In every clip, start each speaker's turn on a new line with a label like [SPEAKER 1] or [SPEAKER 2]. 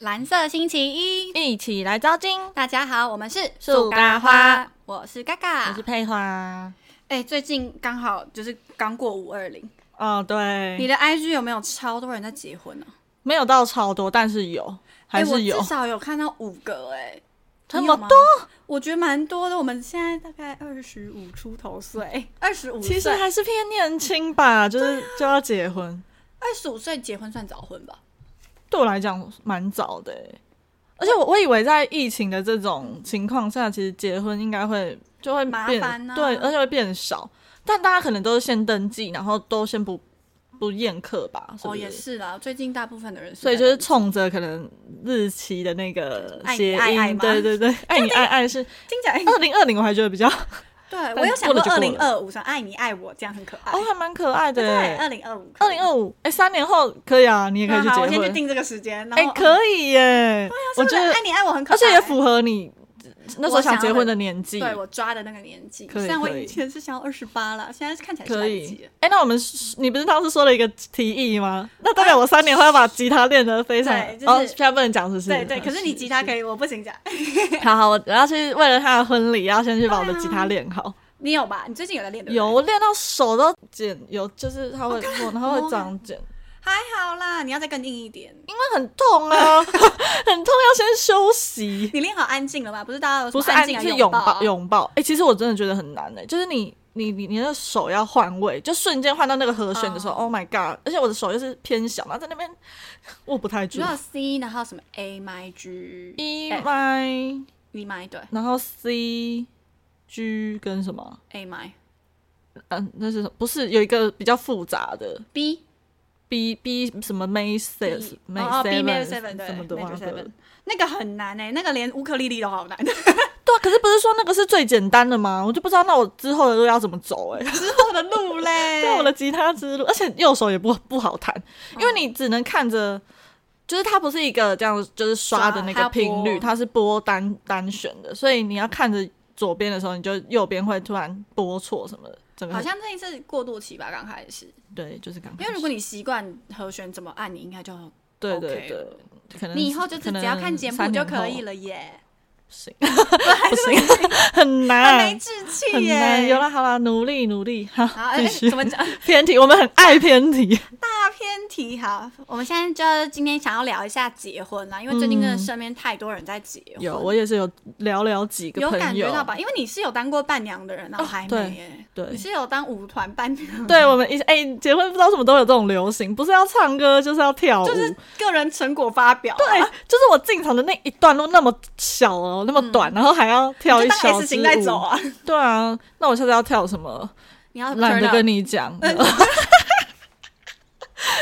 [SPEAKER 1] 蓝色星期一，
[SPEAKER 2] 一起来招金。
[SPEAKER 1] 大家好，我们是
[SPEAKER 2] 树咖花，
[SPEAKER 1] 我是嘎嘎，
[SPEAKER 2] 我是佩花。
[SPEAKER 1] 哎、最近刚好就是刚过五二零，
[SPEAKER 2] 哦，
[SPEAKER 1] 你
[SPEAKER 2] 对，
[SPEAKER 1] 的 IG 有没有超多人在结婚呢、
[SPEAKER 2] 没有到超多，但是有，还
[SPEAKER 1] 哎我
[SPEAKER 2] 是有
[SPEAKER 1] 至。少有看到五个哎、
[SPEAKER 2] 这
[SPEAKER 1] 你
[SPEAKER 2] 么
[SPEAKER 1] 有吗
[SPEAKER 2] 多，
[SPEAKER 1] 我觉得蛮多的。我们现在大概二十五出头岁，二十五
[SPEAKER 2] 其实
[SPEAKER 1] 岁，
[SPEAKER 2] 还是偏年轻 吧，就是就要结婚。
[SPEAKER 1] 二十五岁结婚算早婚吧？
[SPEAKER 2] 对我来讲蛮早的欸，而且我我以为在疫情的这种情况下，其实结婚应该会就会
[SPEAKER 1] 麻
[SPEAKER 2] 变、
[SPEAKER 1] 烦啊
[SPEAKER 2] 对，而且会变少。但大家可能都是先登记，然后都先不不宴客吧，是不
[SPEAKER 1] 哦，也是啦，最近大部分的人在
[SPEAKER 2] 所以就是冲着可能日期的那个
[SPEAKER 1] 爱你
[SPEAKER 2] 谐音，
[SPEAKER 1] 爱爱吗
[SPEAKER 2] 对对 对，爱你爱爱是
[SPEAKER 1] 听起来，哎
[SPEAKER 2] 二零二零，我还觉得比较， 哦，
[SPEAKER 1] 对我有想
[SPEAKER 2] 过了就
[SPEAKER 1] 过
[SPEAKER 2] 过
[SPEAKER 1] 二
[SPEAKER 2] 了
[SPEAKER 1] 零二五说爱你爱我这样很可爱，
[SPEAKER 2] 哦还蛮可爱的
[SPEAKER 1] 对，
[SPEAKER 2] 耶。
[SPEAKER 1] 二零二五，
[SPEAKER 2] 二零二五，哎，三年后可以啊，你也可以去
[SPEAKER 1] 好好，我
[SPEAKER 2] 结
[SPEAKER 1] 先去
[SPEAKER 2] 婚，
[SPEAKER 1] 定这个时间，然
[SPEAKER 2] 哎
[SPEAKER 1] 后，啊
[SPEAKER 2] 可以耶。我
[SPEAKER 1] 是
[SPEAKER 2] 觉
[SPEAKER 1] 不是
[SPEAKER 2] 得
[SPEAKER 1] 爱，你爱我很可爱，
[SPEAKER 2] 而
[SPEAKER 1] 哎
[SPEAKER 2] 且也符合你那时候想结婚的年纪，
[SPEAKER 1] 对我抓的那个年纪。
[SPEAKER 2] 可以
[SPEAKER 1] 虽然我
[SPEAKER 2] 可以
[SPEAKER 1] 以前是想要二十八了，现在看起来是
[SPEAKER 2] 可
[SPEAKER 1] 来得及
[SPEAKER 2] 以
[SPEAKER 1] 了。。
[SPEAKER 2] 哎，那我们你不是当时说了一个提议吗？那代表我三年后要把吉他练得非常
[SPEAKER 1] 对，就是
[SPEAKER 2] 哦，现在不能讲是不啊是？
[SPEAKER 1] 对对，可是你吉他可以，我不行讲。
[SPEAKER 2] 好好，我我要去为了他的婚礼，要先去把我的
[SPEAKER 1] 对啊
[SPEAKER 2] 吉他练好。
[SPEAKER 1] 你有吧？你最近有在练的？
[SPEAKER 2] 有，我练到手都茧，有就是它
[SPEAKER 1] 哦
[SPEAKER 2] 会，我它会
[SPEAKER 1] 啊
[SPEAKER 2] 长茧，
[SPEAKER 1] 还好啦，你要再更硬一点。
[SPEAKER 2] 因为很痛啊， 很痛，要先休息。
[SPEAKER 1] 你练好安静了吧？不是大家有什
[SPEAKER 2] 不
[SPEAKER 1] 么
[SPEAKER 2] 是
[SPEAKER 1] 安
[SPEAKER 2] 安
[SPEAKER 1] 静
[SPEAKER 2] 静，
[SPEAKER 1] 啊
[SPEAKER 2] 是拥
[SPEAKER 1] 抱
[SPEAKER 2] 抱，拥抱。哎、其实我真的觉得很难哎、就是你你你你的手要换位，就瞬间换到那个和弦的时候、
[SPEAKER 1] 哦
[SPEAKER 2] o h my god！而且我的手又是偏小，然后在那边 握不太
[SPEAKER 1] 主
[SPEAKER 2] 住
[SPEAKER 1] 要。C，然后什么 A m G
[SPEAKER 2] E
[SPEAKER 1] F
[SPEAKER 2] Y，
[SPEAKER 1] E m 对
[SPEAKER 2] 然后 C G 跟什么？
[SPEAKER 1] A m
[SPEAKER 2] 嗯，那是什么？不是有一个比较复杂的
[SPEAKER 1] B
[SPEAKER 2] B B 什么 May Six
[SPEAKER 1] B- 哦
[SPEAKER 2] May
[SPEAKER 1] 哦 B Major
[SPEAKER 2] Seven
[SPEAKER 1] Seven 对
[SPEAKER 2] 什么的啊
[SPEAKER 1] Major
[SPEAKER 2] 哇
[SPEAKER 1] Seven 那个很难哎，那个连乌克丽丽都好难。
[SPEAKER 2] 对啊，可是不是说那个是最简单的吗？我就不知道那我之后的路要怎么走 哎、
[SPEAKER 1] 之后的路嘞，
[SPEAKER 2] 对我的吉他之路，而且右手也不不好弹，
[SPEAKER 1] 哦
[SPEAKER 2] 因为你只能看着，就是它不是一个这样，就是刷的那
[SPEAKER 1] 刷它
[SPEAKER 2] 个
[SPEAKER 1] 要
[SPEAKER 2] 频率，
[SPEAKER 1] 拨
[SPEAKER 2] 它是拨单单选的，所以你要看着左边的时候，你就右边会突然拨错什么的，整个
[SPEAKER 1] 好
[SPEAKER 2] 很
[SPEAKER 1] 像这一次过渡期吧，刚开始。
[SPEAKER 2] 对，就是刚开
[SPEAKER 1] 因
[SPEAKER 2] 始，
[SPEAKER 1] 为如果你习惯和弦怎么按，你应该就
[SPEAKER 2] 对
[SPEAKER 1] OK
[SPEAKER 2] 对对，可能
[SPEAKER 1] 你以后就
[SPEAKER 2] 可
[SPEAKER 1] 只
[SPEAKER 2] 能
[SPEAKER 1] 只要看节目
[SPEAKER 2] 三
[SPEAKER 1] 就
[SPEAKER 2] 年
[SPEAKER 1] 可以
[SPEAKER 2] 后，
[SPEAKER 1] 了耶，
[SPEAKER 2] 不行 不行，很
[SPEAKER 1] 很
[SPEAKER 2] 难
[SPEAKER 1] 没。志气
[SPEAKER 2] 啊 很难，
[SPEAKER 1] 耶
[SPEAKER 2] 有。了好了，努力努力， 好，
[SPEAKER 1] 好，哎、
[SPEAKER 2] 继续
[SPEAKER 1] 怎么哎讲？
[SPEAKER 2] 偏题，我们很爱偏题，
[SPEAKER 1] 大偏题。好，我们现在就今天想要聊一下结婚啦，因为最近真的身边太多人在结婚，
[SPEAKER 2] 嗯有我也是有聊聊几个
[SPEAKER 1] 有
[SPEAKER 2] 朋友，哦
[SPEAKER 1] 感觉到吧？因为你是有当过伴娘的人啊，我还
[SPEAKER 2] 对
[SPEAKER 1] 没耶。
[SPEAKER 2] 对
[SPEAKER 1] 你是有当舞团伴娘，
[SPEAKER 2] 对我们一哎、结婚不知道为什么都有这种流行，不是要唱歌就是要跳舞，
[SPEAKER 1] 就是个人成果发表啊、
[SPEAKER 2] 对，就是我进场的那一段路那么小哦，那么短，然后还要跳
[SPEAKER 1] 嗯你
[SPEAKER 2] 一
[SPEAKER 1] 就当
[SPEAKER 2] 小
[SPEAKER 1] S
[SPEAKER 2] 支
[SPEAKER 1] 型在走
[SPEAKER 2] 舞，
[SPEAKER 1] 啊。
[SPEAKER 2] 对啊，那我下次要跳什么？
[SPEAKER 1] 你要
[SPEAKER 2] 懒得
[SPEAKER 1] turn up 嗯
[SPEAKER 2] 跟你讲。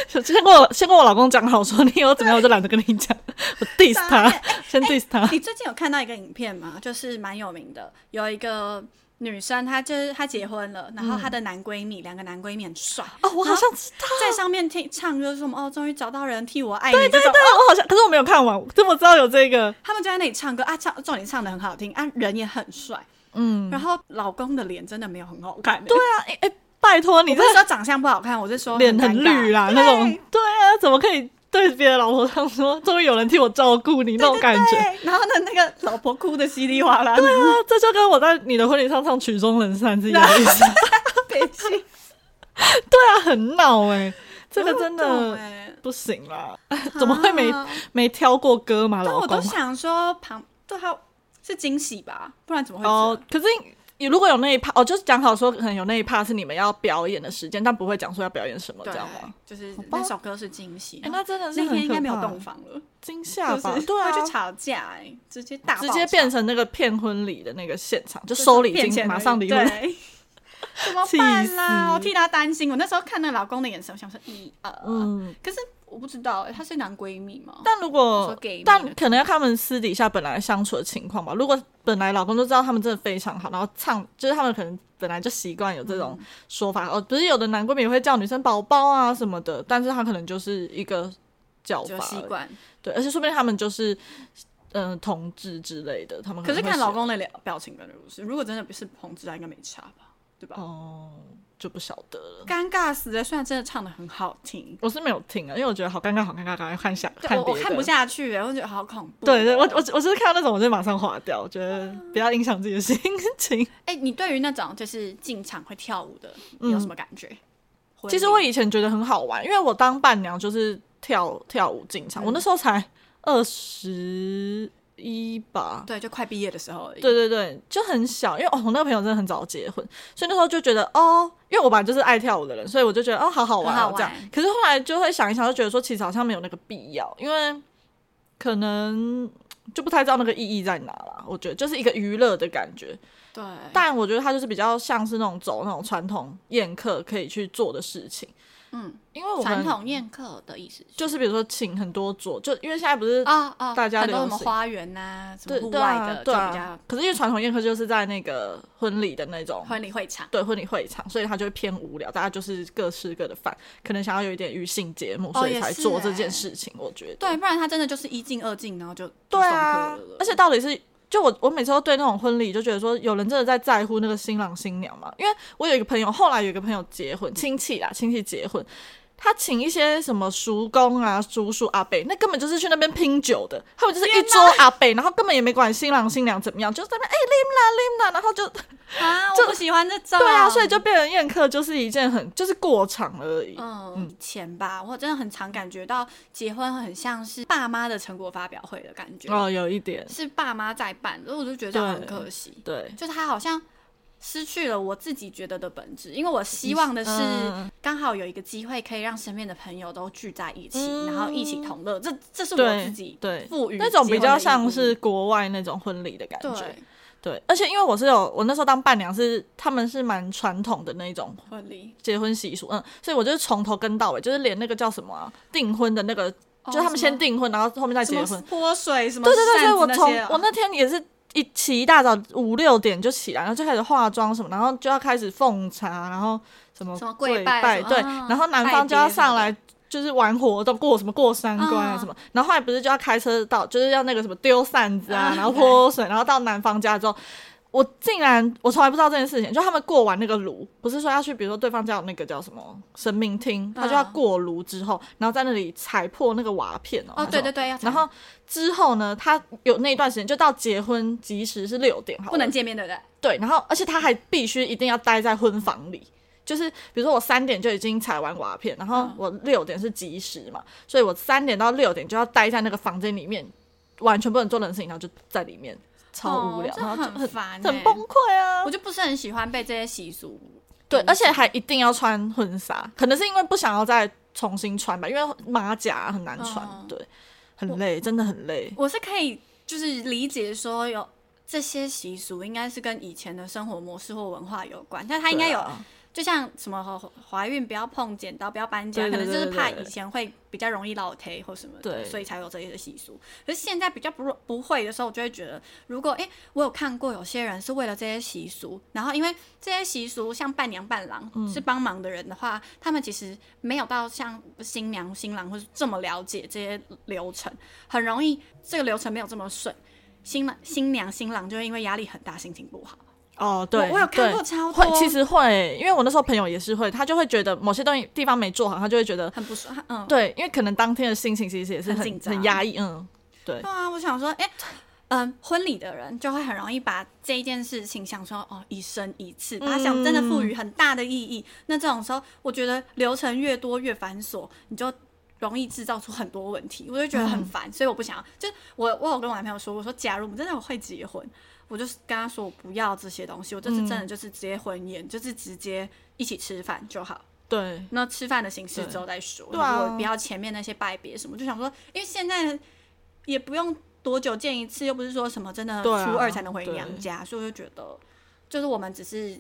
[SPEAKER 2] 先跟我先跟我老公讲好，说你有怎么样，我就懒得跟你讲，我 diss 他，先
[SPEAKER 1] 哎
[SPEAKER 2] diss 他。
[SPEAKER 1] 你最近有看到一个影片吗？就是蛮有名的，有一个女生，她就是她结婚了，然后她的男闺蜜，两、个男闺蜜 很帅，
[SPEAKER 2] 哦，我好像
[SPEAKER 1] 啊
[SPEAKER 2] 知道，
[SPEAKER 1] 在上面听唱歌说什么哦，终于找到人替我爱你这种，
[SPEAKER 2] 对我好像，可是我没有看完，但我知道有这个，
[SPEAKER 1] 他们就在那里唱歌啊，唱重点唱的很好听啊，人也很帅，
[SPEAKER 2] 嗯，
[SPEAKER 1] 然后老公的脸真的没有很好看、
[SPEAKER 2] 对啊，哎、哎、拜托你
[SPEAKER 1] 我
[SPEAKER 2] 这
[SPEAKER 1] 不是说长相不好看，我是说
[SPEAKER 2] 脸很绿
[SPEAKER 1] 啦，
[SPEAKER 2] 啦，那种对啊，怎么可以对别的老婆这样说？终于有人替我照顾你那种感觉。
[SPEAKER 1] 对，然后呢，那个老婆哭的稀里哗啦，
[SPEAKER 2] 对啊，这就跟我在你的婚礼上唱《曲终人散》 是一样的意思。
[SPEAKER 1] 啊悲情，
[SPEAKER 2] 对啊，很闹哎、这个 真
[SPEAKER 1] 我不懂
[SPEAKER 2] 的
[SPEAKER 1] 欸
[SPEAKER 2] 不行啦， 怎么会没
[SPEAKER 1] 啊
[SPEAKER 2] 没挑过歌嘛，
[SPEAKER 1] 对，啊
[SPEAKER 2] 老
[SPEAKER 1] 我都
[SPEAKER 2] 公？
[SPEAKER 1] 想说旁对他是惊喜吧，不然怎么会这样？
[SPEAKER 2] 哦，可是你如果有那一趴，哦，就是讲好说可能有那一趴是你们要表演的时间，但不会讲说要表演什么，
[SPEAKER 1] 对
[SPEAKER 2] 这样吗？，
[SPEAKER 1] 就是
[SPEAKER 2] 吧
[SPEAKER 1] 那首歌是惊喜。
[SPEAKER 2] 哎、那真的
[SPEAKER 1] 那
[SPEAKER 2] 是很
[SPEAKER 1] 天应该
[SPEAKER 2] 可
[SPEAKER 1] 没有
[SPEAKER 2] 怕
[SPEAKER 1] 洞房了，
[SPEAKER 2] 惊吓吧？
[SPEAKER 1] 欸就是
[SPEAKER 2] 对啊，
[SPEAKER 1] 会去吵架，哎，直接大爆
[SPEAKER 2] 直
[SPEAKER 1] 炸
[SPEAKER 2] 接变成那个骗婚礼的那个现场，就收礼
[SPEAKER 1] 骗钱
[SPEAKER 2] 金，
[SPEAKER 1] 而已
[SPEAKER 2] 马上离婚。
[SPEAKER 1] 对啊怎么
[SPEAKER 2] 气
[SPEAKER 1] 办啦？
[SPEAKER 2] 死
[SPEAKER 1] 我替他担心。我那时候看那个老公的眼神，我想说一二，
[SPEAKER 2] 嗯，
[SPEAKER 1] 可是我不知道，哎，他是男闺蜜吗？
[SPEAKER 2] 但如
[SPEAKER 1] 你
[SPEAKER 2] 果
[SPEAKER 1] 说 gay 吗
[SPEAKER 2] 但可能要看他们私底下本来相处的情况吧。如果本来老公就知道他们真的非常好，然后唱就是他们可能本来就习惯有这种
[SPEAKER 1] 嗯
[SPEAKER 2] 说法、哦，不是有的男闺蜜也会叫女生宝宝啊什么的，但是他可能就是一个叫法
[SPEAKER 1] 就
[SPEAKER 2] 而
[SPEAKER 1] 习
[SPEAKER 2] 已，
[SPEAKER 1] 惯。
[SPEAKER 2] 对，而且说不定他们就是嗯、呃同志之类的，他们
[SPEAKER 1] 可
[SPEAKER 2] 能
[SPEAKER 1] 是
[SPEAKER 2] 会
[SPEAKER 1] 看
[SPEAKER 2] 喜
[SPEAKER 1] 老公的表表情跟如是，如果真的不是同志，他应该没差吧？对吧？
[SPEAKER 2] 哦，就不晓得了。
[SPEAKER 1] 尴尬死了。虽然真的唱的很好听，
[SPEAKER 2] 我是没有听啊，因为我觉得好尴尬，好尴尬，赶快看下
[SPEAKER 1] 对
[SPEAKER 2] 看
[SPEAKER 1] 我
[SPEAKER 2] 别
[SPEAKER 1] 我
[SPEAKER 2] 的。
[SPEAKER 1] 看不下去耶，我觉得好恐怖。哦
[SPEAKER 2] 对对，我我我就是看到那种，我就马上划掉，我觉得不要影响自己的心情。
[SPEAKER 1] 哎、你对于那种就是进场会跳舞的，你
[SPEAKER 2] 嗯
[SPEAKER 1] 有什么感觉？
[SPEAKER 2] 其实我以前觉得很好玩，因为我当伴娘就是跳跳舞进场，我
[SPEAKER 1] 嗯
[SPEAKER 2] 那时候才二十一吧。
[SPEAKER 1] 对就快毕业的时候而已，
[SPEAKER 2] 对对对，就很小，因为哦，我那个朋友真的很早结婚，所以那时候就觉得哦，因为我本来就是爱跳舞的人，所以我就觉得哦，好好玩
[SPEAKER 1] 很好
[SPEAKER 2] 哦
[SPEAKER 1] 玩
[SPEAKER 2] 这样。可是后来就会想一想，就觉得说其实好像没有那个必要，因为可能就不太知道那个意义在哪啦。我觉得就是一个娱乐的感觉，
[SPEAKER 1] 对，
[SPEAKER 2] 但我觉得它就是比较像是那种走那种传统宴客可以去做的事情，
[SPEAKER 1] 嗯，
[SPEAKER 2] 因为我
[SPEAKER 1] 传
[SPEAKER 2] 们
[SPEAKER 1] 统宴客的意思
[SPEAKER 2] 就是比如说请很多桌，就因为现在不是
[SPEAKER 1] 啊啊，
[SPEAKER 2] 嗯大家
[SPEAKER 1] 很多什
[SPEAKER 2] 流
[SPEAKER 1] 么
[SPEAKER 2] 行
[SPEAKER 1] 花园呐、什么
[SPEAKER 2] 对
[SPEAKER 1] 户
[SPEAKER 2] 对
[SPEAKER 1] 外
[SPEAKER 2] 啊
[SPEAKER 1] 的，
[SPEAKER 2] 对
[SPEAKER 1] 就比较
[SPEAKER 2] 啊，可是因为传统宴客就是在那个婚礼的那种
[SPEAKER 1] 婚礼会场。
[SPEAKER 2] 对婚礼会场，所以它就会偏无聊，大家就是各吃各的饭，可能想要有一点娱性节目，
[SPEAKER 1] 哦
[SPEAKER 2] 所以
[SPEAKER 1] 也
[SPEAKER 2] 才
[SPEAKER 1] 是
[SPEAKER 2] 做
[SPEAKER 1] 欸
[SPEAKER 2] 这件事情。我觉得
[SPEAKER 1] 对，不然他真的就是一进二进，然后就
[SPEAKER 2] 对啊
[SPEAKER 1] 就送客了，
[SPEAKER 2] 而且到底是就我我每次都对那种婚礼就觉得说，有人真的在在乎那个新郎新娘嘛？因为我有一个朋友，后来有一个朋友结婚，亲戚啦，亲戚结婚。他请一些什么叔公啊、叔叔阿伯，那根本就是去那边拼酒的，他们就是一桌阿伯，然后根本也没管新郎新娘怎么样，就是在那边哎拎啦拎啦，然后就
[SPEAKER 1] 啊，我不喜欢这种。
[SPEAKER 2] 对啊，所以就变成宴客就是一件很就是过场而已。
[SPEAKER 1] 嗯，以前吧，我真的很常感觉到结婚很像是爸妈的成果发表会的感觉，
[SPEAKER 2] 哦，有一点
[SPEAKER 1] 是爸妈在办，所以我就觉得很可惜，
[SPEAKER 2] 对，
[SPEAKER 1] 就是他好像失去了我自己觉得的本质，因为我希望的是
[SPEAKER 2] 嗯
[SPEAKER 1] 刚好有一个机会可以让身边的朋友都聚在一起，
[SPEAKER 2] 嗯
[SPEAKER 1] 然后一起同乐，这这是我
[SPEAKER 2] 对
[SPEAKER 1] 自己
[SPEAKER 2] 对
[SPEAKER 1] 赋予
[SPEAKER 2] 那种比
[SPEAKER 1] 结婚的
[SPEAKER 2] 较
[SPEAKER 1] 意义
[SPEAKER 2] 像是国外那种婚礼的感觉。
[SPEAKER 1] 对
[SPEAKER 2] 对，而且因为我是有我那时候当伴娘是他们是蛮传统的那种
[SPEAKER 1] 婚礼，
[SPEAKER 2] 结婚习俗，嗯，所以我就是从头跟到尾，就是连那个叫什么啊、订婚的那个，就是他们先
[SPEAKER 1] 定
[SPEAKER 2] 订婚，然后后面再
[SPEAKER 1] 什
[SPEAKER 2] 结
[SPEAKER 1] 么
[SPEAKER 2] 婚。
[SPEAKER 1] 泼水什么
[SPEAKER 2] 对对对，所以
[SPEAKER 1] 扇子
[SPEAKER 2] 我
[SPEAKER 1] 那
[SPEAKER 2] 从
[SPEAKER 1] 些啊
[SPEAKER 2] 我那天也是一起一大早五六点就起来，然后就开始化妆什么，然后就要开始奉茶，然后什么
[SPEAKER 1] 什么跪
[SPEAKER 2] 跪
[SPEAKER 1] 拜
[SPEAKER 2] 拜，
[SPEAKER 1] 什么
[SPEAKER 2] 对，
[SPEAKER 1] 啊
[SPEAKER 2] 然后男方就要上来。就是玩活动，过什么过三关啊
[SPEAKER 1] 嗯
[SPEAKER 2] 什么，然后后来不是就要开车到，就是要那个什么丢扇子啊
[SPEAKER 1] 啊，
[SPEAKER 2] 然后泼水，然后到男方家之后，我竟然我从来不知道这件事情，就他们过完那个炉，不是说要去，比如说对方叫那个叫什么神明厅，他就要
[SPEAKER 1] 嗯
[SPEAKER 2] 过炉之后，然后在那里踩破那个瓦片哦，
[SPEAKER 1] 哦，
[SPEAKER 2] 还是什
[SPEAKER 1] 对
[SPEAKER 2] 么
[SPEAKER 1] 对对，要
[SPEAKER 2] 然后之后呢，他有那一段时间就到结婚及时是六点好了，
[SPEAKER 1] 不能见面，对不对？
[SPEAKER 2] 对，然后而且他还必须一定要待在婚房里。就是比如说我三点就已经踩完瓦片，然后
[SPEAKER 1] 嗯
[SPEAKER 2] 我六点是及时嘛，所以我三点到六点就要待在那个房间里面，完全不能做任何事情，然后就在里面超无聊，
[SPEAKER 1] 哦、
[SPEAKER 2] 然后
[SPEAKER 1] 这
[SPEAKER 2] 就很
[SPEAKER 1] 很烦、欸，
[SPEAKER 2] 很崩。溃啊
[SPEAKER 1] 我。就不是很喜欢被这些习俗影响。
[SPEAKER 2] 对，而且还一定要穿婚纱，可能是因为不想要再重新穿吧，因为马甲很难穿，
[SPEAKER 1] 嗯
[SPEAKER 2] 对，很累，真的很累。
[SPEAKER 1] 我是可以就是理解说有这些习俗应该是跟以前的生活模式或文化有关，但它应该有、
[SPEAKER 2] 对啊
[SPEAKER 1] 就像什么怀孕不要碰剪刀，不要搬家，
[SPEAKER 2] 对对对
[SPEAKER 1] 可能就是怕
[SPEAKER 2] 对对
[SPEAKER 1] 以前会比较容易老胎或什么的，
[SPEAKER 2] 对
[SPEAKER 1] 所以才有这些习俗。可是现在比较不不会的时候，我就会觉得，如果诶、我有看过有些人是为了这些习俗，然后因为这些习俗像伴娘伴郎、
[SPEAKER 2] 嗯
[SPEAKER 1] 是帮忙的人的话，他们其实没有到像新娘新郎或是这么了解这些流程，很容易这个流程没有这么顺。新郎、新娘、新郎就会因为压力很大，心情不好。
[SPEAKER 2] 哦，对，
[SPEAKER 1] 我我有看
[SPEAKER 2] 对
[SPEAKER 1] 过超
[SPEAKER 2] 会
[SPEAKER 1] 多，
[SPEAKER 2] 其实会，因为我那时候朋友也是会，他就会觉得某些东西地方没做好，他就会觉得
[SPEAKER 1] 很不爽。嗯，
[SPEAKER 2] 对，因为可能当天的心情其实也是
[SPEAKER 1] 很
[SPEAKER 2] 很
[SPEAKER 1] 紧张
[SPEAKER 2] 很压抑，嗯，对
[SPEAKER 1] 对啊，我想说，哎、嗯，婚礼的人就会很容易把这一件事情想说，哦，一生一次，把它想真的赋予很大的意义。那这种时候，我觉得流程越多越繁琐，你就。容易制造出很多问题，我就觉得很烦，所以我不想要。就是我，我有跟我男朋友说，我说假如我们真的会结婚，我就是跟他说我不要这些东西，我这次真的就是直接婚宴，就是直接一起吃饭就好。
[SPEAKER 2] 对，
[SPEAKER 1] 那吃饭的形式之后再说，
[SPEAKER 2] 对啊
[SPEAKER 1] 我不要前面那些拜别什么，就想说，因为现在也不用多久见一次，又不是说什么真的
[SPEAKER 2] 对啊
[SPEAKER 1] 初二才能回
[SPEAKER 2] 对
[SPEAKER 1] 娘家，所以我就觉得，
[SPEAKER 2] 嗯
[SPEAKER 1] 就是我们只是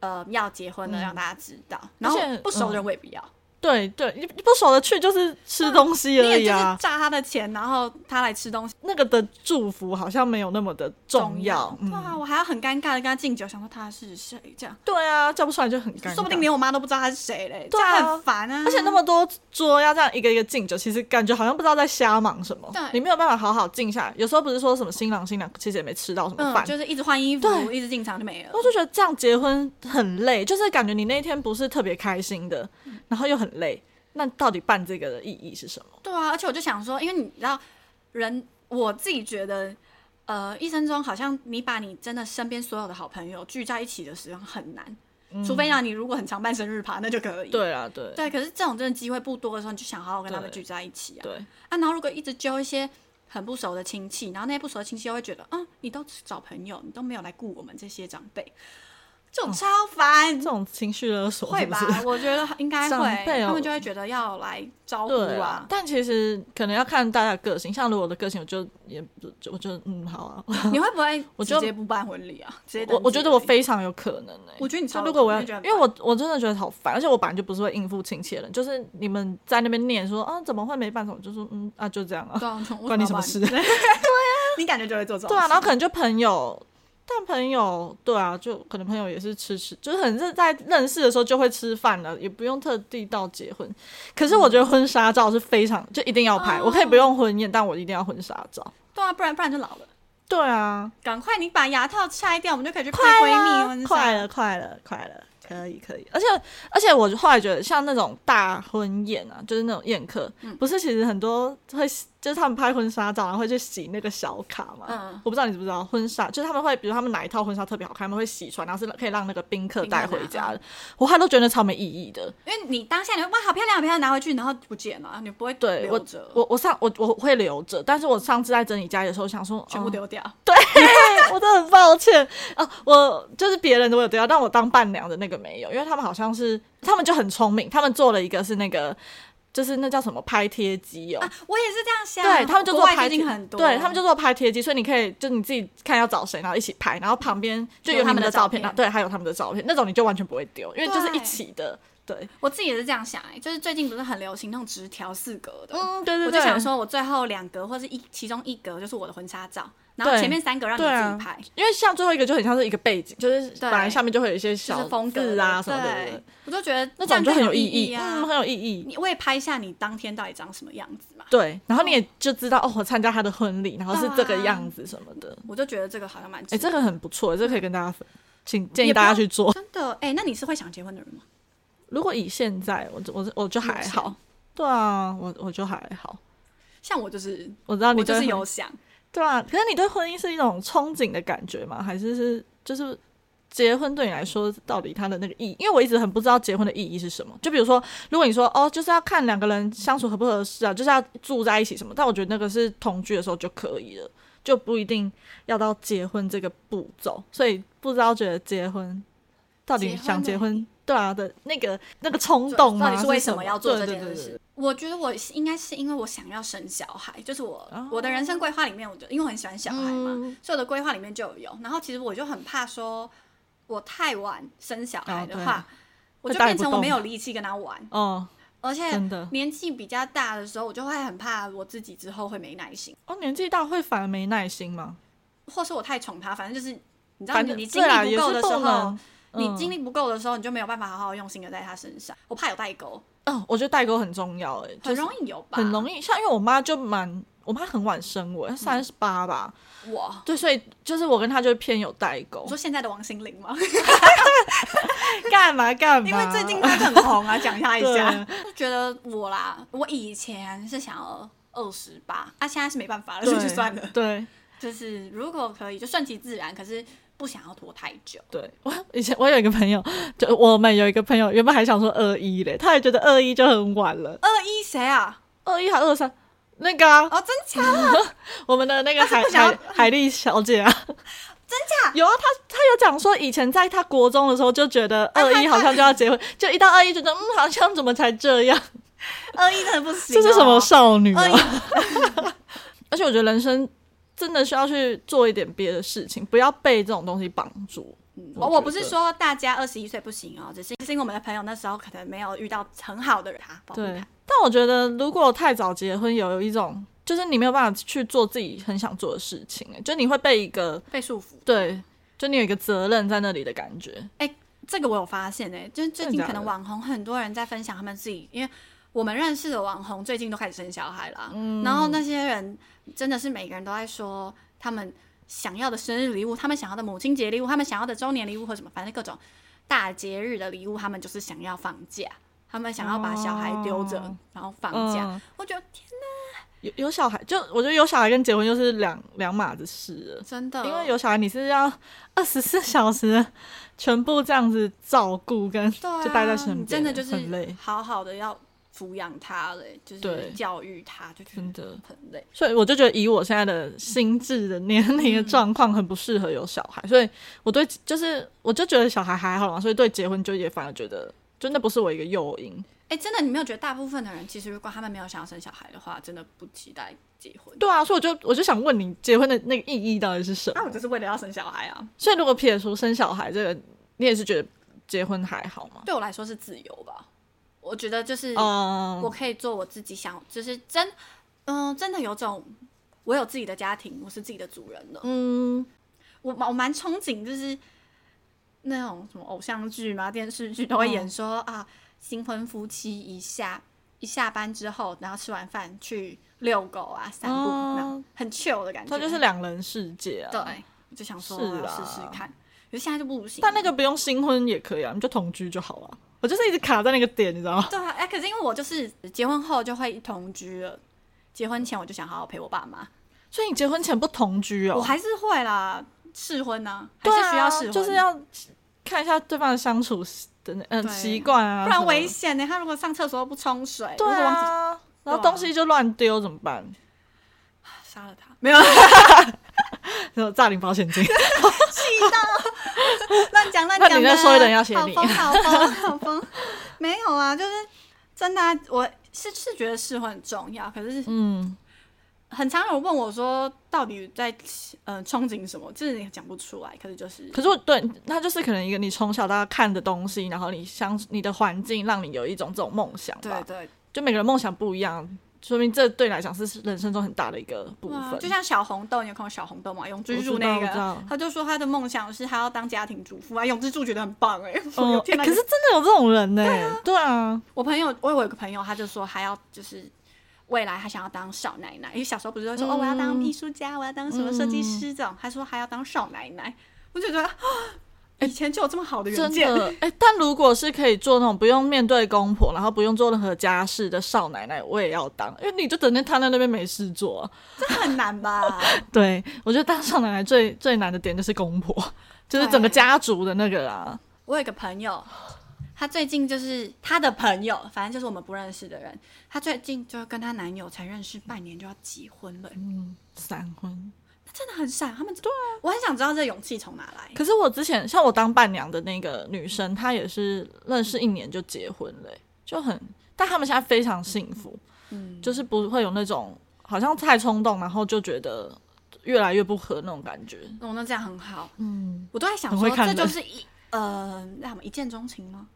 [SPEAKER 1] 呃要结婚了，让大家知道，然后
[SPEAKER 2] 而且嗯
[SPEAKER 1] 不熟的人我也不要，
[SPEAKER 2] 对对，你不熟的去就是吃东西
[SPEAKER 1] 你
[SPEAKER 2] 而
[SPEAKER 1] 也
[SPEAKER 2] 已
[SPEAKER 1] 就是
[SPEAKER 2] 啊，
[SPEAKER 1] 诈他的钱，然后他来吃东西
[SPEAKER 2] 那个的祝福好像没有那么的重要。嗯
[SPEAKER 1] 对啊，我还要很尴尬的跟他敬酒，想说他是谁这样，
[SPEAKER 2] 对啊，叫不出来就很尴尬。
[SPEAKER 1] 说不定连我妈都不知道他是谁嘞，
[SPEAKER 2] 对啊
[SPEAKER 1] 这样很烦啊。
[SPEAKER 2] 而且那么多桌要这样一个一个敬酒，其实感觉好像不知道在瞎忙什么
[SPEAKER 1] 对，
[SPEAKER 2] 你没有办法好好静下来。有时候不是说什么新郎新娘其实也没吃到什么
[SPEAKER 1] 嗯，
[SPEAKER 2] 饭，
[SPEAKER 1] 就是一直换衣服，
[SPEAKER 2] 对
[SPEAKER 1] 一直进场就没了
[SPEAKER 2] 我。就觉得这样结婚很累，就是感觉你那一天不是特别开心的，
[SPEAKER 1] 嗯
[SPEAKER 2] 然后又很累，那到底办这个的意义是什么？
[SPEAKER 1] 对啊，而且我就想说，因为你知道，人我自己觉得，呃，一生中好像你把你真的身边所有的好朋友聚在一起的时候很难，除非让你如果很常办生日趴，那就可
[SPEAKER 2] 嗯
[SPEAKER 1] 以。
[SPEAKER 2] 对啊，对
[SPEAKER 1] 对，可是这种真的机会不多的时候，你就想好好跟他们
[SPEAKER 2] 对
[SPEAKER 1] 聚在一起啊。
[SPEAKER 2] 对
[SPEAKER 1] 啊，然后如果一直揪一些很不熟的亲戚，然后那些不熟的亲戚又会觉得，嗯，你都只找朋友，你都没有来顾我们这些长辈，这种超烦。
[SPEAKER 2] 这种情绪勒索
[SPEAKER 1] 会
[SPEAKER 2] 哦是不
[SPEAKER 1] 吧
[SPEAKER 2] 是？？
[SPEAKER 1] 我觉得 应该
[SPEAKER 2] 长
[SPEAKER 1] 会，
[SPEAKER 2] 辈哦
[SPEAKER 1] 他们就会觉得要来招呼
[SPEAKER 2] 对
[SPEAKER 1] 啊。
[SPEAKER 2] 但其实可能要看大家的个性。像如果我的个性，我就也就我就嗯好啊，
[SPEAKER 1] 你会不会
[SPEAKER 2] 我
[SPEAKER 1] 直
[SPEAKER 2] 就
[SPEAKER 1] 接不办婚礼啊？直接
[SPEAKER 2] 我我
[SPEAKER 1] 登记
[SPEAKER 2] 觉得我
[SPEAKER 1] 而已，
[SPEAKER 2] 非常有可能哎、
[SPEAKER 1] 我觉得你超
[SPEAKER 2] 就
[SPEAKER 1] 有
[SPEAKER 2] 如果我
[SPEAKER 1] 可
[SPEAKER 2] 要，
[SPEAKER 1] 能
[SPEAKER 2] 因
[SPEAKER 1] 你会觉得很
[SPEAKER 2] 为我我真的觉得好烦，而且我本来就不是会应付亲戚的人，就是你们在那边念说啊怎么会没办什么，我就说嗯啊就这样啊，
[SPEAKER 1] 对啊，我
[SPEAKER 2] 关你什么事？
[SPEAKER 1] 对啊，你感觉就会做这种
[SPEAKER 2] 对啊，然后
[SPEAKER 1] 事
[SPEAKER 2] 可能就朋友，但朋友对啊，就可能朋友也是吃吃，就是很认在认识的时候就会吃饭了，也不用特地到结婚。可是我觉得婚纱照是非常就一定要拍，
[SPEAKER 1] 哦
[SPEAKER 2] 我可以不用婚宴，但我一定要婚纱照。
[SPEAKER 1] 对啊，不然不然就老了。
[SPEAKER 2] 对啊，
[SPEAKER 1] 赶快你把牙套拆掉，我们就可以去拍
[SPEAKER 2] 快
[SPEAKER 1] 闺蜜
[SPEAKER 2] 啦
[SPEAKER 1] 婚纱。
[SPEAKER 2] 快了，快了，快了，可以，可以。而且，而且我后来觉得，像那种大婚宴啊，就是那种宴客，
[SPEAKER 1] 嗯
[SPEAKER 2] 不是其实很多会，就是他们拍婚纱照，然后会去洗那个小卡嘛。
[SPEAKER 1] 嗯
[SPEAKER 2] 我不知道你知不知道，婚纱就是他们会，比如他们哪一套婚纱特别好看，他们会洗出来，然后是可以让那个宾客
[SPEAKER 1] 宾客
[SPEAKER 2] 带回
[SPEAKER 1] 拿
[SPEAKER 2] 家的。
[SPEAKER 1] 嗯
[SPEAKER 2] 我还都觉得超没意义的。
[SPEAKER 1] 因为你当下你会哇好漂亮，好漂亮，拿回去然后不见了，你不会
[SPEAKER 2] 对
[SPEAKER 1] 留
[SPEAKER 2] 我
[SPEAKER 1] 着，，
[SPEAKER 2] 我我上我我会留着，但是我上次在整理家里的时候，想说
[SPEAKER 1] 全
[SPEAKER 2] 嗯
[SPEAKER 1] 部丢 掉。啊
[SPEAKER 2] 我真的很抱歉啊！我就是别人的我有丢掉，但我当伴娘的那个没有，因为他们好像是他们就很聪明，他们做了一个是那个就是那叫什么拍贴机哦。
[SPEAKER 1] 啊，我也是这样想。
[SPEAKER 2] 对他们就
[SPEAKER 1] 国
[SPEAKER 2] 做
[SPEAKER 1] 外
[SPEAKER 2] 拍
[SPEAKER 1] 最
[SPEAKER 2] 贴
[SPEAKER 1] 近很多，
[SPEAKER 2] 对他们就做拍贴机，所以你可以就你自己看要找谁，然后一起拍，然后旁边就
[SPEAKER 1] 有
[SPEAKER 2] 有
[SPEAKER 1] 他
[SPEAKER 2] 你
[SPEAKER 1] 们
[SPEAKER 2] 的
[SPEAKER 1] 的
[SPEAKER 2] 照
[SPEAKER 1] 照
[SPEAKER 2] 片，
[SPEAKER 1] 片
[SPEAKER 2] 然后对，还有他们的照片，那种你就完全不会丢，因为就是
[SPEAKER 1] 对
[SPEAKER 2] 一起的，对，
[SPEAKER 1] 我自己也是这样想、哎，就是最近不是很流行那种直条四格的，
[SPEAKER 2] 嗯，对对
[SPEAKER 1] 我
[SPEAKER 2] 对，
[SPEAKER 1] 就想说我最后两格或是一其中一格就是我的婚纱照，然后
[SPEAKER 2] 对
[SPEAKER 1] 前面三格让你
[SPEAKER 2] 对
[SPEAKER 1] 自
[SPEAKER 2] 啊
[SPEAKER 1] 己拍，
[SPEAKER 2] 因为像最后一个就很像是一个背景，就是
[SPEAKER 1] 对
[SPEAKER 2] 本来下面就会有一些
[SPEAKER 1] 就
[SPEAKER 2] 小
[SPEAKER 1] 是风格
[SPEAKER 2] 字
[SPEAKER 1] 的
[SPEAKER 2] 啊什么的，对对
[SPEAKER 1] 对
[SPEAKER 2] 对，
[SPEAKER 1] 我就觉得
[SPEAKER 2] 那
[SPEAKER 1] 这样
[SPEAKER 2] 种就很
[SPEAKER 1] 更
[SPEAKER 2] 有
[SPEAKER 1] 有
[SPEAKER 2] 意
[SPEAKER 1] 义啊。
[SPEAKER 2] 嗯，很有意义。
[SPEAKER 1] 你我也拍下你当天到底长什么样子嘛，
[SPEAKER 2] 对，然后你也就知道哦，我参加他的婚礼，然后是这个
[SPEAKER 1] 对啊
[SPEAKER 2] 样子什么的。
[SPEAKER 1] 我就觉得这个好像蛮
[SPEAKER 2] 哎、
[SPEAKER 1] 值得。
[SPEAKER 2] 这个很不错，这个可以跟大家分，请建议
[SPEAKER 1] 也不
[SPEAKER 2] 大家
[SPEAKER 1] 要
[SPEAKER 2] 去做。
[SPEAKER 1] 真的哎、那你是会想结婚的人吗？
[SPEAKER 2] 如果以现在，我就我就我就还
[SPEAKER 1] 目
[SPEAKER 2] 好
[SPEAKER 1] 前，
[SPEAKER 2] 对啊，我我就还好。
[SPEAKER 1] 像我就是，
[SPEAKER 2] 我知道哦你
[SPEAKER 1] 我
[SPEAKER 2] 对
[SPEAKER 1] 就是
[SPEAKER 2] 婚
[SPEAKER 1] 有想，
[SPEAKER 2] 对啊，可是你对婚姻是一种憧憬的感觉吗？还是是就是结婚对你来说到底它的那个意义？因为我一直很不知道结婚的意义是什么。就比如说，如果你说哦，就是要看两个人相处合不合适啊，就是要住在一起什么，但我觉得那个是同居的时候就可以了，就不一定要到结婚这个步骤。所以不知道觉得结婚到底想结
[SPEAKER 1] 结
[SPEAKER 2] 婚
[SPEAKER 1] 婚的
[SPEAKER 2] 对啊的那个那个冲动吗？
[SPEAKER 1] 到底是为什么要做这件
[SPEAKER 2] 对对对
[SPEAKER 1] 事
[SPEAKER 2] 对？
[SPEAKER 1] 我觉得我是应该是因为我想要生小孩，就是我、
[SPEAKER 2] 哦
[SPEAKER 1] 我的人生规划里面，我就因为我很喜欢小孩嘛，
[SPEAKER 2] 嗯
[SPEAKER 1] 所以我的规划里面就有。然后其实我就很怕说，我太晚生小孩的话，
[SPEAKER 2] 哦
[SPEAKER 1] 我就
[SPEAKER 2] 会带
[SPEAKER 1] 变
[SPEAKER 2] 不
[SPEAKER 1] 成
[SPEAKER 2] 动
[SPEAKER 1] 我没有力气跟他玩，
[SPEAKER 2] 哦
[SPEAKER 1] 而且
[SPEAKER 2] 真的
[SPEAKER 1] 年纪比较大的时候，我就会很怕我自己之后会没耐心，
[SPEAKER 2] 哦，年纪大会反而没耐心吗？
[SPEAKER 1] 或是我太宠他，反正就是你知道
[SPEAKER 2] 反
[SPEAKER 1] 你
[SPEAKER 2] 正
[SPEAKER 1] 你精
[SPEAKER 2] 对啦
[SPEAKER 1] 力
[SPEAKER 2] 也
[SPEAKER 1] 不够
[SPEAKER 2] 是
[SPEAKER 1] 的时
[SPEAKER 2] 不
[SPEAKER 1] 候
[SPEAKER 2] 能，，
[SPEAKER 1] 你
[SPEAKER 2] 嗯
[SPEAKER 1] 精力不够的时候，你就没有办法好好用心的在他身上。我怕有代沟，
[SPEAKER 2] 嗯，我觉得代沟很重要、欸，哎，
[SPEAKER 1] 很
[SPEAKER 2] 就是
[SPEAKER 1] 容易有吧？嗯
[SPEAKER 2] 很容
[SPEAKER 1] 易
[SPEAKER 2] 易。像因为我妈就蛮，我妈很晚生我，她三十八吧，
[SPEAKER 1] 我。
[SPEAKER 2] 对，所以就是我跟她就偏有代沟
[SPEAKER 1] 我。说现在的王心凌 吗？
[SPEAKER 2] 干嘛干嘛？
[SPEAKER 1] 因为最近她很红啊，讲她一下。
[SPEAKER 2] 对
[SPEAKER 1] 就觉得我啦，我以前是想要二十八，啊，现在是没办法了，
[SPEAKER 2] 对
[SPEAKER 1] 所以就算了。
[SPEAKER 2] 对
[SPEAKER 1] 就是如果可以，就顺其自然，可是不想要拖太久。
[SPEAKER 2] 对，我以前我有一个朋友，就我们有一个朋友，原本还想说二一嘞，他也觉得二一就很晚了，
[SPEAKER 1] 二一谁啊？
[SPEAKER 2] 二一还二三。那个啊，
[SPEAKER 1] 哦，真假？
[SPEAKER 2] 我们的那个海
[SPEAKER 1] 不想要
[SPEAKER 2] 海海丽小姐啊，真假有啊，她她有讲说，以前在她国中的时候就觉得二一好像就要结婚，就一到二一觉得嗯，好像怎么才这样，
[SPEAKER 1] 二一真的不行、
[SPEAKER 2] 这
[SPEAKER 1] 哦
[SPEAKER 2] 是什么？少女
[SPEAKER 1] 二
[SPEAKER 2] 啊
[SPEAKER 1] 一？
[SPEAKER 2] 而且我觉得人生真的需要去做一点别的事情，不要被这种东西绑住。
[SPEAKER 1] 嗯，
[SPEAKER 2] 我
[SPEAKER 1] 我
[SPEAKER 2] 觉
[SPEAKER 1] 我不是
[SPEAKER 2] 得
[SPEAKER 1] 说大家二十一岁不行哦，只是是因为我们的朋友那时候可能没有遇到很好的人啊，保护
[SPEAKER 2] 对
[SPEAKER 1] 他。，
[SPEAKER 2] 但我觉得如果太早结婚，有一种就是你没有办法去做自己很想做的事情、欸，就你会被一个
[SPEAKER 1] 被束缚。
[SPEAKER 2] 对，就你有一个责任在那里的感觉。
[SPEAKER 1] 这个我有发现哎、就是最
[SPEAKER 2] 真
[SPEAKER 1] 近
[SPEAKER 2] 的假
[SPEAKER 1] 可能
[SPEAKER 2] 的
[SPEAKER 1] 网红很多人在分享他们自己，因为我们认识的网红最近都开始生小孩啦，
[SPEAKER 2] 嗯
[SPEAKER 1] 然后那些人真的是每个人都在说他们想要的生日礼物，他们想要的母亲节礼物，他们想要的周年礼物或什么，反正各种大节日的礼物，他们就是想要放假。他们想要把小孩丢着，
[SPEAKER 2] 哦
[SPEAKER 1] 然后放假。
[SPEAKER 2] 嗯
[SPEAKER 1] 我觉得天
[SPEAKER 2] 有有小孩，就我觉得有小孩跟结婚就是两两码子事了。
[SPEAKER 1] 真的，
[SPEAKER 2] 因为有小孩，你是要 二十四小时全部这样子照顾跟
[SPEAKER 1] 对、啊、
[SPEAKER 2] 就待在身边
[SPEAKER 1] 你真的就是
[SPEAKER 2] 很累
[SPEAKER 1] 好好的要抚养他嘞，就是
[SPEAKER 2] 对
[SPEAKER 1] 教育他，就觉得
[SPEAKER 2] 真的，
[SPEAKER 1] 很累。
[SPEAKER 2] 所以我就觉得以我现在的心智的年龄的状况，很不适合有小孩。所以我对就是我就觉得小孩还好嘛，所以对结婚就也反而觉得，就那不是我一个诱因。
[SPEAKER 1] 哎、真的，你没有觉得大部分的人其实如果他们没有想要生小孩的话，真的不期待结婚？
[SPEAKER 2] 对啊，所以我就我就想问你，结婚的那个意义到底是什么？
[SPEAKER 1] 那我就是为了要生小孩啊。
[SPEAKER 2] 所以如果撇除生小孩这个，你也是觉得结婚还好吗？
[SPEAKER 1] 对我来说是自由吧，我觉得就是
[SPEAKER 2] 嗯
[SPEAKER 1] 我，可以做我自己想，就是真，嗯、真的有种我有自己的家庭，我是自己的主人的。
[SPEAKER 2] 嗯，
[SPEAKER 1] 我蛮我蛮憧憬，就是那种什么偶像剧嘛、电视剧都
[SPEAKER 2] 嗯
[SPEAKER 1] 会演说、啊，新婚夫妻一下一下班之后，然后吃完饭去遛狗啊、散步，
[SPEAKER 2] 哦
[SPEAKER 1] 那种很 chill 的感觉。
[SPEAKER 2] 它就是两人世界啊。
[SPEAKER 1] 对，我就想说
[SPEAKER 2] 是
[SPEAKER 1] 我要
[SPEAKER 2] 啊
[SPEAKER 1] 试试看，可是现在就不行。
[SPEAKER 2] 但那个不用新婚也可以啊，你就同居就好了。我就是一直卡在那个点，你知道吗？
[SPEAKER 1] 对啊，哎、可是因为我就是结婚后就会同居了。结婚前我就想好好陪我爸妈，
[SPEAKER 2] 所以你结婚前不同居哦？
[SPEAKER 1] 我还是会啦，试婚呢、还
[SPEAKER 2] 对
[SPEAKER 1] 是需要
[SPEAKER 2] 啊
[SPEAKER 1] 试婚，
[SPEAKER 2] 就是要看一下对方的相处习的那嗯
[SPEAKER 1] 对
[SPEAKER 2] 习惯啊，
[SPEAKER 1] 不然
[SPEAKER 2] 什么
[SPEAKER 1] 危险呢、他如果上厕所不冲水，
[SPEAKER 2] 对
[SPEAKER 1] 如果忘记
[SPEAKER 2] 啊，然
[SPEAKER 1] 对啊
[SPEAKER 2] 后东西就乱丢怎么 办？
[SPEAKER 1] 杀了他，没有乱
[SPEAKER 2] 然后诈领保险 金，
[SPEAKER 1] 讲乱
[SPEAKER 2] 那
[SPEAKER 1] 讲
[SPEAKER 2] 你
[SPEAKER 1] 的。
[SPEAKER 2] 那说的人要写
[SPEAKER 1] 好
[SPEAKER 2] 你
[SPEAKER 1] 疯好疯好疯，没有啊，就是真的啊、我是是觉得试婚很重要，可是
[SPEAKER 2] 嗯，
[SPEAKER 1] 很常有人问我说，到底在嗯、呃憧憬什么？就是你讲不出来，可 是就是
[SPEAKER 2] 可是我对那就是可能一个你从小到大看的东西，然后你相你的环境让你有一种这种梦想
[SPEAKER 1] 对
[SPEAKER 2] 吧，
[SPEAKER 1] 对
[SPEAKER 2] 就每个人梦想不一样，说明这对你来讲是人生中很大的一个部
[SPEAKER 1] 哇
[SPEAKER 2] 分，
[SPEAKER 1] 啊就像小红豆，你有看过小红豆吗？永之
[SPEAKER 2] 我知道
[SPEAKER 1] 助那
[SPEAKER 2] 我知
[SPEAKER 1] 个
[SPEAKER 2] 道，
[SPEAKER 1] 他就说他的梦想是他要当家庭主妇啊。永之助觉得很棒哎、我
[SPEAKER 2] 嗯，
[SPEAKER 1] 有
[SPEAKER 2] 欸
[SPEAKER 1] 天哪！
[SPEAKER 2] 可是真的有这种人呢，对啊，
[SPEAKER 1] 我朋友，我有一个朋友，他就说还要就是未来他想要当少奶奶，因为小时候不是会
[SPEAKER 2] 嗯
[SPEAKER 1] 说、哦我要当艺术家，我要当什么设计师这种，他说还要当少奶奶，我就觉得、啊以前就有这么好的原
[SPEAKER 2] 真
[SPEAKER 1] 件，
[SPEAKER 2] 的，哎、但如果是可以做那种不用面对公婆，然后不用做任何家事的少奶奶，我也要当，因为你就整天瘫在那边没事做啊、
[SPEAKER 1] 这很难吧？
[SPEAKER 2] 对，我觉得当少奶奶最最难的点就是公婆， 就是整个
[SPEAKER 1] 对
[SPEAKER 2] 家族的那个啊啦。
[SPEAKER 1] 我有一个朋友，她最近就是她的朋友，反正就是我们不认识的人，她最近就跟她男友才认识半年就要结婚了，
[SPEAKER 2] 嗯，闪婚。
[SPEAKER 1] 真的很闪。他们对啊，我很想知道这勇气从哪来。
[SPEAKER 2] 可是我之前像我当伴娘的那个女生，她也是认识一年就结婚了、欸就很，但他们现在非常幸福，
[SPEAKER 1] 嗯，
[SPEAKER 2] 就是不会有那种好像太冲动，然后就觉得越来越不合那种感觉。
[SPEAKER 1] 哦，那这样很好，
[SPEAKER 2] 嗯。
[SPEAKER 1] 我都在想
[SPEAKER 2] 很
[SPEAKER 1] 说，
[SPEAKER 2] 会看
[SPEAKER 1] 这
[SPEAKER 2] 人
[SPEAKER 1] 就是一呃，那什么一见钟情吗？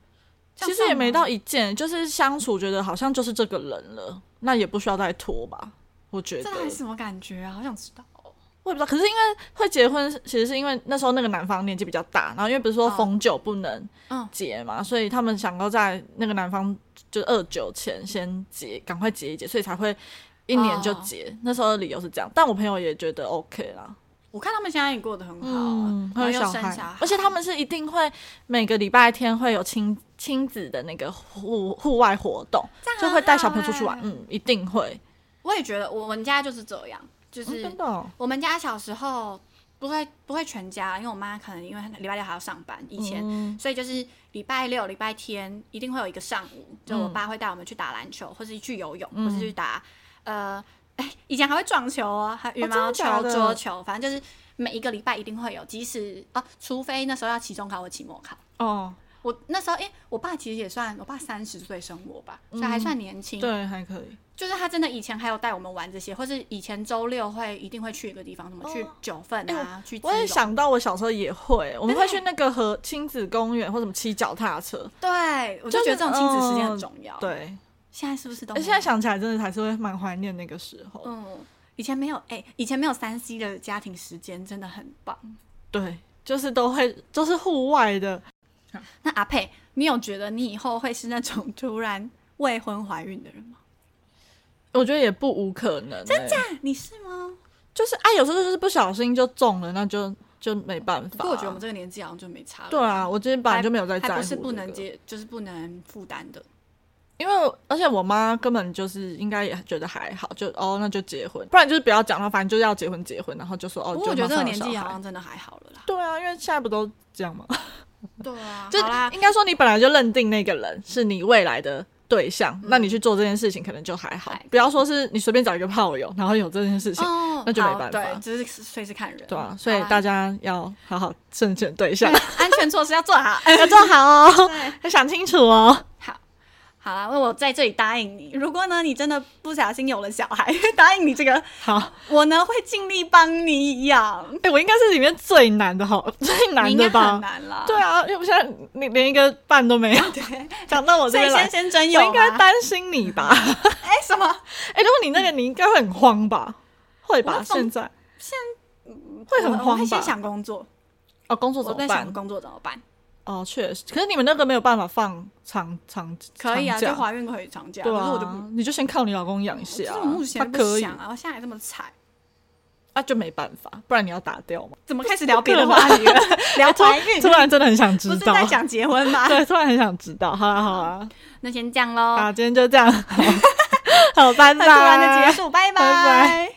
[SPEAKER 1] 这样
[SPEAKER 2] 其实也没
[SPEAKER 1] 算
[SPEAKER 2] 到
[SPEAKER 1] 吗
[SPEAKER 2] 一件，就是相处觉得好像就是这个人了，那也不需要再拖吧。我觉得
[SPEAKER 1] 这到底是什么感觉啊？好想知道哦。
[SPEAKER 2] 我也不知道，可是因为会结婚，其实是因为那时候那个男方年纪比较大，然后因为不是说
[SPEAKER 1] 哦
[SPEAKER 2] 逢九不能
[SPEAKER 1] 嗯
[SPEAKER 2] 结嘛，所以他们想要在那个男方就二九前先结，赶快结一结，所以才会一年就
[SPEAKER 1] 哦
[SPEAKER 2] 结。那时候的理由是这样，但我朋友也觉得 OK 啦。
[SPEAKER 1] 我看他们现在也过得很好、啊，
[SPEAKER 2] 嗯，
[SPEAKER 1] 然
[SPEAKER 2] 还
[SPEAKER 1] 后
[SPEAKER 2] 有
[SPEAKER 1] 又
[SPEAKER 2] 小
[SPEAKER 1] 生小
[SPEAKER 2] 孩，而且他们是一定会每个礼拜天会有亲亲子的那个户户外活动，
[SPEAKER 1] 这样
[SPEAKER 2] 就
[SPEAKER 1] 很
[SPEAKER 2] 会带小
[SPEAKER 1] 好
[SPEAKER 2] 朋友出去玩
[SPEAKER 1] 欸。
[SPEAKER 2] 嗯，一定会。
[SPEAKER 1] 我也觉得我们家就是这样，就是、
[SPEAKER 2] 真的哦、
[SPEAKER 1] 我们家小时候不会不会全家，因为我妈可能因为礼拜六还要上班，以前、
[SPEAKER 2] 嗯
[SPEAKER 1] 所以就是礼拜六、礼拜天一定会有一个上午，就我
[SPEAKER 2] 嗯
[SPEAKER 1] 爸会带我们去打篮球，或是去游泳，或是去打呃， 哎，以前还会撞球啊，还羽
[SPEAKER 2] 哦真的
[SPEAKER 1] 毛球、
[SPEAKER 2] 假的
[SPEAKER 1] 桌球，反正就是每一个礼拜一定会有，即使哦，除非那时候要期中考或期末考。
[SPEAKER 2] 哦，
[SPEAKER 1] 我那时候，哎、我爸其实也算，我爸三十岁生我吧，所以还算年轻。
[SPEAKER 2] 嗯对，还可以。
[SPEAKER 1] 就是他真的以前还有带我们玩这些，或是以前周六会一定会去一个地方，什么去
[SPEAKER 2] 哦
[SPEAKER 1] 九份啊，去
[SPEAKER 2] 我也
[SPEAKER 1] 基隆
[SPEAKER 2] 想到我小时候也会，我们会
[SPEAKER 1] 对
[SPEAKER 2] 去那个和亲子公园或什么骑脚踏车。
[SPEAKER 1] 对，我就觉得这种亲子时间很重要。，
[SPEAKER 2] 嗯对，
[SPEAKER 1] 现在是不是都
[SPEAKER 2] 哎，
[SPEAKER 1] 没有？
[SPEAKER 2] 现在想起来真的还是会蛮怀念那个时候。
[SPEAKER 1] 嗯，以前没有，哎、以前没有三 C 的家庭时间真的很棒。
[SPEAKER 2] 对，就是都会都是户外的，
[SPEAKER 1] 那阿佩，你有觉得你以后会是那种突然未婚怀孕的人吗？
[SPEAKER 2] 我觉得也不无可能、真假？
[SPEAKER 1] 你是吗？
[SPEAKER 2] 就是啊，有时候就是不小心就中了，那就就没办
[SPEAKER 1] 不
[SPEAKER 2] 法。啊
[SPEAKER 1] 过我觉得我们这个年纪好像就没差了。
[SPEAKER 2] 对啊，我就是本来就没有在在乎、
[SPEAKER 1] 还不是不能，接，就是不能负担的。
[SPEAKER 2] 因为而且我妈根本就是应该也觉得还好，就哦那就结婚，不然就是不要讲了，反正就是要结婚结婚，然后就说哦。
[SPEAKER 1] 不过我觉
[SPEAKER 2] 就
[SPEAKER 1] 得
[SPEAKER 2] 马
[SPEAKER 1] 这
[SPEAKER 2] 上有
[SPEAKER 1] 个年纪
[SPEAKER 2] 小
[SPEAKER 1] 好
[SPEAKER 2] 孩
[SPEAKER 1] 像真的还好了啦。
[SPEAKER 2] 对啊，因为现在不都这样吗？
[SPEAKER 1] 对啊，
[SPEAKER 2] 就
[SPEAKER 1] 好啦，
[SPEAKER 2] 应该说你本来就认定那个人是你未来的对象，那你去做这件事情可能就还好
[SPEAKER 1] 嗯还可以。
[SPEAKER 2] 不要说是你随便找一个炮友，然后有这件事情，
[SPEAKER 1] 哦，
[SPEAKER 2] 那就没
[SPEAKER 1] 好
[SPEAKER 2] 办法
[SPEAKER 1] 对，只是随时看人。
[SPEAKER 2] 对啊，所以
[SPEAKER 1] 好啦
[SPEAKER 2] 大家要好好慎选对 象
[SPEAKER 1] 对， 安全措施要做 好。
[SPEAKER 2] 要做好哦，
[SPEAKER 1] 对。
[SPEAKER 2] 要想清楚哦。
[SPEAKER 1] 好，好啦，那我在这里答应你，如果呢你真的不小心有了小孩， 答应你这个，
[SPEAKER 2] 好，
[SPEAKER 1] 我呢会尽力帮你养，
[SPEAKER 2] 哎、我应该是里面最难的，好，最
[SPEAKER 1] 你
[SPEAKER 2] 难
[SPEAKER 1] 应该
[SPEAKER 2] 的吧
[SPEAKER 1] 很？难啦。
[SPEAKER 2] 对啊，因为我现在你连一个伴都没有， 讲到我这
[SPEAKER 1] 所以
[SPEAKER 2] 边来
[SPEAKER 1] 先，先真有啊
[SPEAKER 2] 我
[SPEAKER 1] 吗，
[SPEAKER 2] 应该担心你 吧？
[SPEAKER 1] 哎、什么？
[SPEAKER 2] 哎、如果你那个，你应该会很慌吧？会
[SPEAKER 1] 我
[SPEAKER 2] 吧？
[SPEAKER 1] 会疯
[SPEAKER 2] 现在会很
[SPEAKER 1] 我我
[SPEAKER 2] 慌吧
[SPEAKER 1] 会先想工作，
[SPEAKER 2] 哦，工作怎
[SPEAKER 1] 我
[SPEAKER 2] 么
[SPEAKER 1] 在想
[SPEAKER 2] 办？
[SPEAKER 1] 工作怎么办？
[SPEAKER 2] 哦，确实，可是你们那个没有办法放长长
[SPEAKER 1] 可以啊，
[SPEAKER 2] 长假
[SPEAKER 1] 就怀孕可以长假，
[SPEAKER 2] 对
[SPEAKER 1] 可
[SPEAKER 2] 啊，
[SPEAKER 1] 是我就不。
[SPEAKER 2] 你就先靠你老公养一
[SPEAKER 1] 这
[SPEAKER 2] 下、啊，
[SPEAKER 1] 是我目前
[SPEAKER 2] 他
[SPEAKER 1] 不
[SPEAKER 2] 可以
[SPEAKER 1] 想啊，我现在这么惨，
[SPEAKER 2] 啊，就没办法，不然你要打掉嘛。哎
[SPEAKER 1] 怎么开始聊别的话题了？ 聊怀孕，
[SPEAKER 2] 突然真的很想
[SPEAKER 1] 不
[SPEAKER 2] 知
[SPEAKER 1] 是
[SPEAKER 2] 道，
[SPEAKER 1] 在讲啊结婚吗？
[SPEAKER 2] 对，突然很想知道。好啦好啦，
[SPEAKER 1] 那先这样喽，
[SPEAKER 2] 好，今天就这样，好，拜拜。
[SPEAKER 1] 很突然的结束，拜
[SPEAKER 2] 拜拜